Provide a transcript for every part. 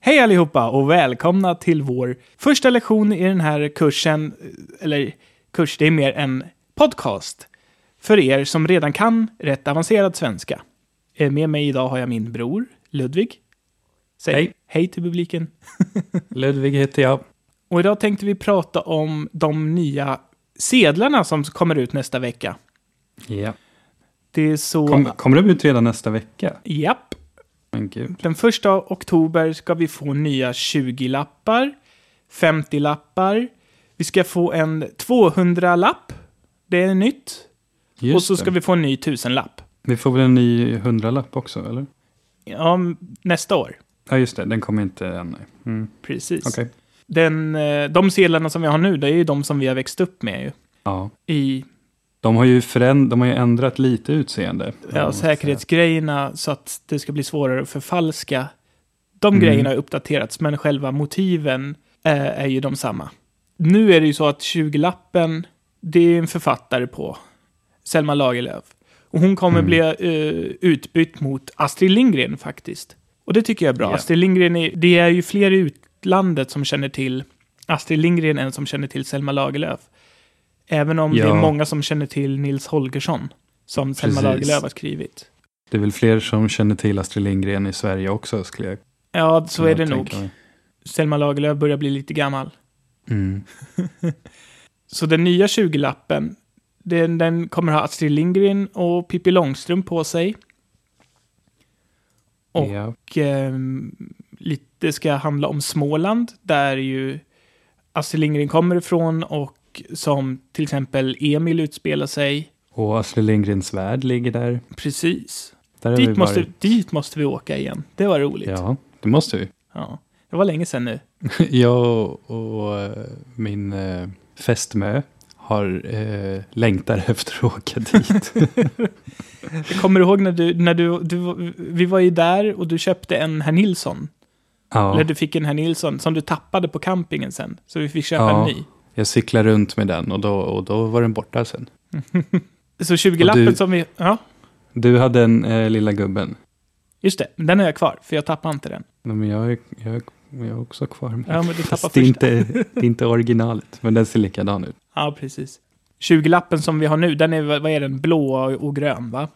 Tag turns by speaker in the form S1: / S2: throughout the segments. S1: Hej allihopa och välkomna till vår första lektion i den här kursen, eller kurs, det är mer en podcast, för er som redan kan rätt avancerad svenska. Eh, Med mig idag har jag min bror, Ludvig. Säg
S2: Hej.
S1: hej till publiken.
S2: Ludvig heter jag.
S1: Och idag tänkte vi prata om de nya sedlarna som kommer ut nästa vecka.
S2: Ja.
S1: Det är så...
S2: Kom, kommer du ut redan nästa vecka?
S1: Japp.
S2: Men gud.
S1: Den första oktober ska vi få nya 20-lappar, 50-lappar, vi ska få en 200-lapp, det är nytt,
S2: Just
S1: och så ska
S2: det.
S1: vi få en ny 1000-lapp.
S2: vi får väl en ny hundralapp också, eller?
S1: Ja, m- nästa år.
S2: Ja, just det. Den kommer inte än. nej. Mm.
S1: Precis.
S2: Okej.
S1: Den, eh, de sedlarna som vi har nu, det är ju de som vi har växt upp med ju.
S2: Ja.
S1: I
S2: De har, ju föränd- de har ju ändrat lite utseende.
S1: ja,
S2: måste säga.
S1: säkerhetsgrejerna så att det ska bli svårare att förfalska. De
S2: Mm.
S1: grejerna har uppdaterats, men själva motiven eh, är ju de samma. Nu är det ju så att 20-lappen, det är en författare på, Selma Lagerlöf. Och hon kommer
S2: Mm.
S1: bli eh, utbytt mot Astrid Lindgren faktiskt. Och det tycker jag är bra.
S2: Ja.
S1: Astrid Lindgren, är, det är ju fler i utlandet som känner till Astrid Lindgren än som känner till Selma Lagerlöf. Även om det
S2: Ja.
S1: är många som känner till Nils Holgersson, som Selma
S2: Precis.
S1: Lagerlöf har skrivit.
S2: Det är väl fler som känner till Astrid Lindgren i Sverige också, skulle jag
S1: Ja, så
S2: kunna
S1: är det
S2: tänka
S1: nog.
S2: mig.
S1: Selma Lagerlöf börjar bli lite gammal.
S2: Mm.
S1: Så den nya 20-lappen, den, den kommer ha Astrid Lindgren och Pippi Långstrump på sig. Och-
S2: Ja.
S1: Och ehm, lite ska handla om Småland, där ju Astrid Lindgren kommer ifrån och som till exempel Emil utspelar sig.
S2: Och Astrid Lindgrens värld ligger där.
S1: Precis.
S2: Där har vi
S1: Dit måste,
S2: varit.
S1: dit måste vi åka igen. Det var roligt. Ja.
S2: Ja, det måste vi.
S1: Det var länge sedan nu.
S2: Jag och eh, min eh, fästmö har eh, längtar efter att åka dit.
S1: Jag kommer ihåg när du, när du, du, vi var ju där och du köpte en herr Nilsson. Eller
S2: ja,
S1: du fick en herr Nilsson som du tappade på campingen sen. Så vi fick köpa
S2: Ja.
S1: en ny.
S2: jag cyklade runt med den och då, och då var den borta sen.
S1: Så 20-lappen
S2: Och du-
S1: som vi... Ja,
S2: Du hade den eh, lilla gubben.
S1: just det. Den har jag kvar, för jag tappade inte den.
S2: Nej, Men jag, är- jag, är- jag är också kvar med den.
S1: Ja, men du tappade
S2: Fast det, är
S1: första.
S2: inte, det är inte originalet, men den ser likadan ut.
S1: Ja, precis. 20-lappen som vi har nu, den är, vad är den, blå och grön, va?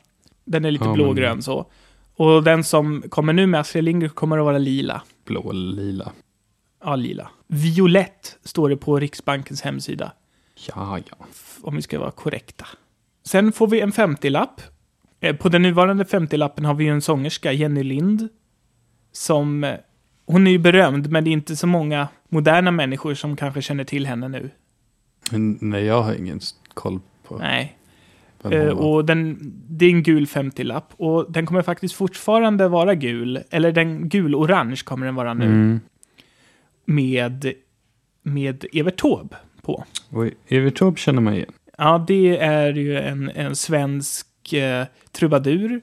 S1: Den är lite
S2: Ja,
S1: blå
S2: men-
S1: och grön så. Och den som kommer nu med Astrid Lindgren kommer att vara lila.
S2: Blå och lila.
S1: Ja, lila. Violett står det på Riksbankens hemsida.
S2: Ja, ja.
S1: F- Om vi ska vara korrekta. Sen får vi en 50-lapp. Eh, På den nuvarande 50-lappen har vi ju en sångerska, Jenny Lind. Som... eh, Hon är ju berömd, men det är inte så många moderna människor som kanske känner till henne nu.
S2: Men, nej, jag har ingen s- koll på
S1: Nej.
S2: vem
S1: Eh,
S2: hon var.
S1: och den, det är en gul 50-lapp. Och den kommer faktiskt fortfarande vara gul. Eller den gul-orange kommer den vara nu.
S2: Mm.
S1: Med, med Evert Taube på.
S2: Och Evert Taube känner man igen.
S1: Ja, det är ju en, en svensk eh, trubadur.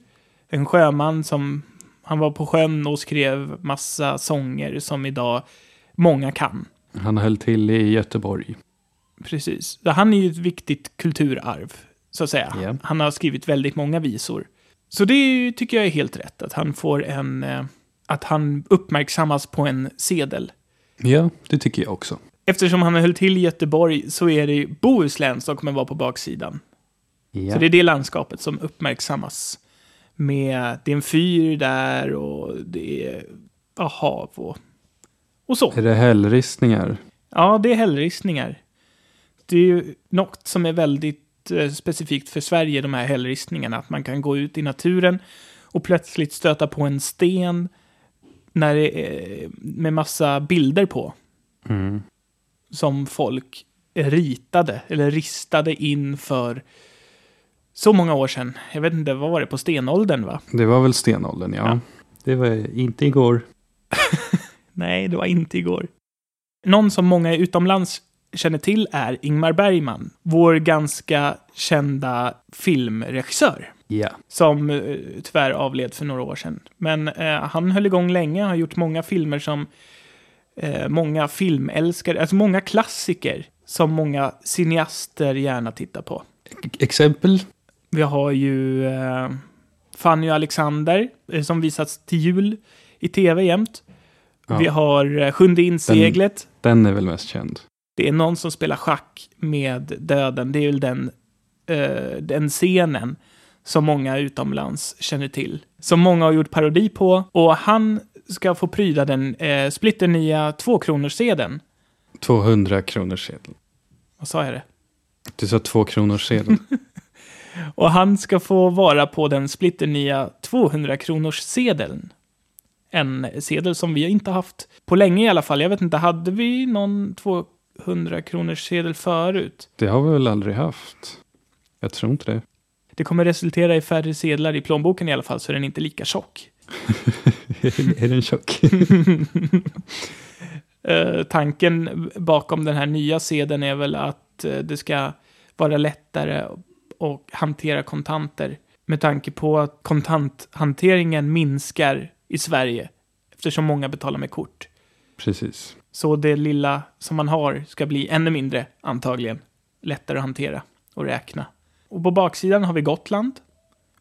S1: En sjöman som... Han var på sjön och skrev massa sånger som idag många kan.
S2: Han höll till i Göteborg.
S1: Precis. Så Han är ju ett viktigt kulturarv, så att säga.
S2: Ja.
S1: Han har skrivit väldigt många visor. Så det är ju- tycker jag är helt rätt, att han får en... eh, Att han uppmärksammas på en sedel.
S2: Ja, det tycker jag också.
S1: Eftersom han höll till i Göteborg så är det Bohuslän som kommer vara på baksidan. Så det är det landskapet som uppmärksammas. Med, det är en fyr där och det är ja, hav och, och så.
S2: Är det hällristningar?
S1: Ja, det är hällristningar. Det är ju något som är väldigt eh, specifikt för Sverige, de här hällristningarna. Att man kan gå ut i naturen och plötsligt stöta på en sten när det är, eh, med massa bilder på.
S2: Mm.
S1: Som folk ritade, eller ristade in för så många år sedan. Jag vet inte, vad var det? På stenåldern, va?
S2: Det var väl stenåldern, ja.
S1: Ja.
S2: Det var inte igår.
S1: Nej, det var inte igår. Någon som många utomlands känner till är Ingmar Bergman, vår ganska kända filmregissör.
S2: Ja.
S1: Som eh, tyvärr avled för några år sedan. Men eh, han höll igång länge, har gjort många filmer som eh, många filmälskare, alltså många klassiker som många cineaster gärna tittar på.
S2: Exempel?
S1: Vi har ju eh, Fanny och Alexander eh, som visats till jul i tv jämt.
S2: Ja.
S1: Vi har eh, Sjunde inseglet.
S2: Den är väl mest känd.
S1: Det är någon som spelar schack med döden. Det är väl den, eh, den scenen som många utomlands känner till. Som många har gjort parodi på. Och han ska få pryda den eh, splitternya tvåkronorssedeln.
S2: 200 kronors sedel.
S1: Vad sa jag det?
S2: Du sa 2 kronors sedel.
S1: Och han ska få vara på den splitternya 200-kronorssedeln. En sedel som vi inte har haft på länge i alla fall. Jag vet inte, hade vi någon 200-kronorssedel förut?
S2: Det har vi väl aldrig haft? Jag tror inte det.
S1: Det kommer resultera i färre sedlar i plånboken i alla fall, så den är inte lika tjock.
S2: är den tjock?
S1: Eh, tanken bakom den här nya sedeln är väl att eh, det ska vara lättare att hantera kontanter. Med tanke på att kontanthanteringen minskar i Sverige, eftersom många betalar med kort.
S2: Precis.
S1: Så det lilla som man har ska bli ännu mindre, antagligen. Lättare att hantera och räkna. Och på baksidan har vi Gotland.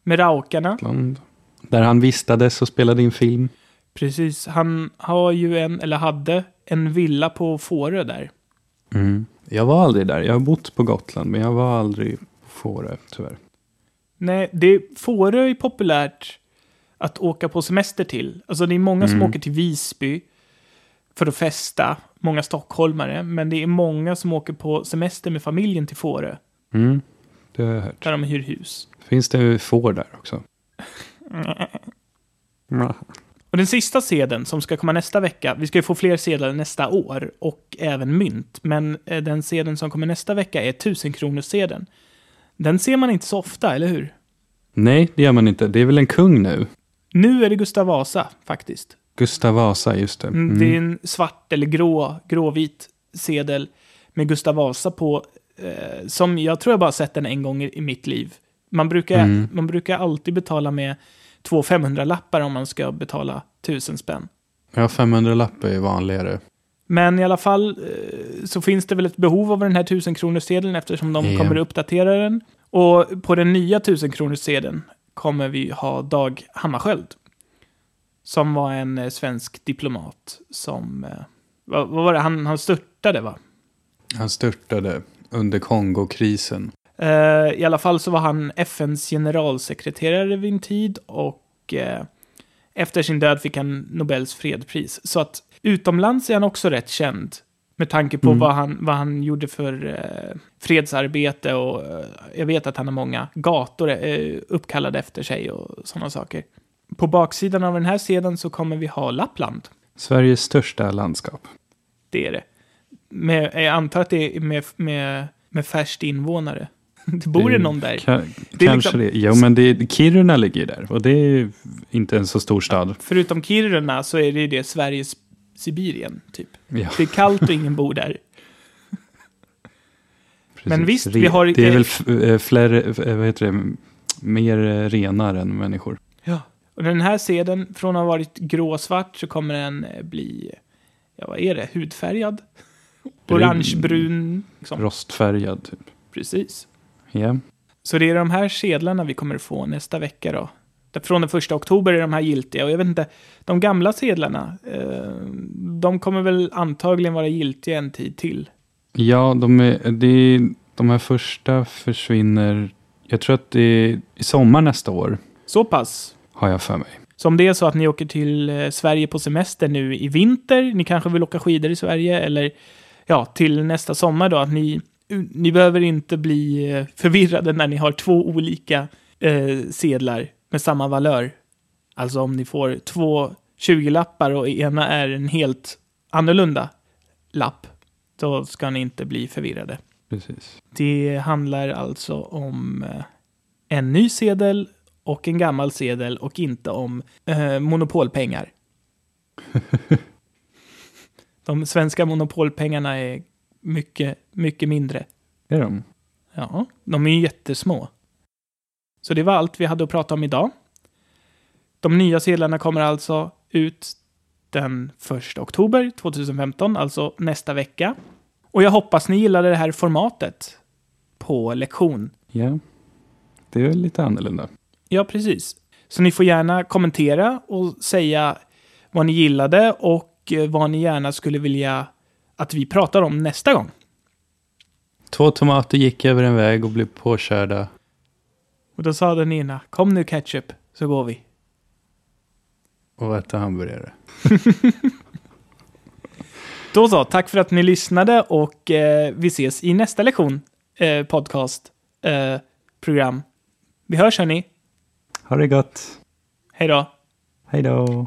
S1: Med raukarna.
S2: Land. Där han vistades och spelade in film.
S1: Precis, han har ju en, eller hade, en villa på Fårö där.
S2: Jag var aldrig där. Jag har bott på Gotland, men jag var aldrig på Fårö, tyvärr.
S1: Nej, det, Fårö är populärt att åka på semester till. Alltså det är många som
S2: Mm.
S1: åker till Visby för att festa, många stockholmare, men det är många som åker på semester med familjen till Fårö,
S2: Mm. Det har jag hört.
S1: där de hyr hus.
S2: Finns det får där också?
S1: Och den sista sedeln som ska komma nästa vecka, vi ska ju få fler sedlar nästa år och även mynt, men eh, den sedeln som kommer nästa vecka är 1000 kronors sedeln. Den ser man inte så ofta, eller hur?
S2: Nej, det gör man inte. Det är väl en kung nu?
S1: Nu är det Gustav Vasa faktiskt.
S2: Gustav Vasa, just det.
S1: Mm.
S2: Mm.
S1: Det är en svart eller grå, gråvit sedel med Gustav Vasa på, eh, som jag tror jag bara sett den en gång i, i mitt liv. Man brukar,
S2: Mm.
S1: man brukar alltid betala med två 500-lappar om man ska betala tusen spänn.
S2: Ja, 500 lappar är vanligare.
S1: Men i alla fall eh, så finns det väl ett behov av den här 1000 kronorssedeln eftersom de
S2: Ja.
S1: kommer att uppdatera den. Och på den nya 1000 kronorssedeln kommer vi ha Dag Hammarskjöld. Som var en eh, svensk diplomat som... Eh, vad, vad var det? Han, han störtade va?
S2: Han störtade under Kongokrisen.
S1: Eh, I alla fall så var han FNs generalsekreterare vid en tid och eh, efter sin död fick han Nobels fredspris. Så att utomlands är han också rätt känd med tanke på
S2: Mm.
S1: vad, han, vad han gjorde för eh, fredsarbete och eh, jag vet att han har många gator eh, uppkallade efter sig och sådana saker. På baksidan av den här sedeln så kommer vi ha Lappland.
S2: Sveriges största landskap.
S1: Det är det. Med, jag antar att det är med, med, med färst invånare. Det bor det
S2: Mm.
S1: någon där.
S2: Ka-
S1: Det är
S2: kanske
S1: liksom-
S2: det. Jo, men det, Kiruna ligger ju där. Och det är ju inte en så stor stad.
S1: Förutom Kiruna så är det ju det Sveriges Sibirien, typ.
S2: Ja,
S1: Det är kallt och ingen bor där. men
S2: precis.
S1: visst, vi har-
S2: Det är väl f- eh, fler, f- eh, vad heter det, mer eh, renar än människor.
S1: Och den här sedeln, från att ha varit gråsvart så kommer den eh, bli, ja vad är det, hudfärgad?
S2: Brun.
S1: Orangebrun, liksom.
S2: Rostfärgad, typ.
S1: Precis.
S2: Ja.
S1: Så det är de här sedlarna vi kommer få nästa vecka då. Där Från den första oktober är de här giltiga och jag vet inte, de gamla sedlarna, eh, de kommer väl antagligen vara giltiga en tid till.
S2: Ja, de, är, det är, de här första försvinner. Jag tror att det är i sommar nästa år,
S1: Så pass
S2: har jag för mig.
S1: Så om det är så att ni åker till eh, Sverige på semester nu i vinter, ni kanske vill åka skidor i Sverige eller ja, till nästa sommar då, att ni, ni behöver inte bli eh, förvirrade när ni har två olika eh, sedlar med samma valör. Alltså om ni får två 20-lappar och ena är en helt annorlunda lapp, då ska ni inte bli förvirrade.
S2: Precis.
S1: Det handlar alltså om eh, en ny sedel och en gammal sedel och inte om eh, monopolpengar. De svenska monopolpengarna är mycket, mycket mindre.
S2: Är de?
S1: Ja, de är ju jättesmå. Så det var allt vi hade att prata om idag. De nya sedlarna kommer alltså ut den 1 oktober 2015, alltså nästa vecka. Och jag hoppas ni gillade det här formatet på lektion.
S2: Ja. Det är väl lite annorlunda.
S1: Ja, precis. Så ni får gärna kommentera och säga vad ni gillade och eh, vad ni gärna skulle vilja att vi pratar om nästa gång.
S2: Två tomater gick över en väg och blev påkörda.
S1: Och då sa den ena, kom nu ketchup, så går vi.
S2: Och äta hamburgare.
S1: Då så, tack för att ni lyssnade och eh, vi ses i nästa lektion, eh, podcast, eh, program. Vi hörs hörni,
S2: Ha det gott.
S1: hej då!
S2: Hej då.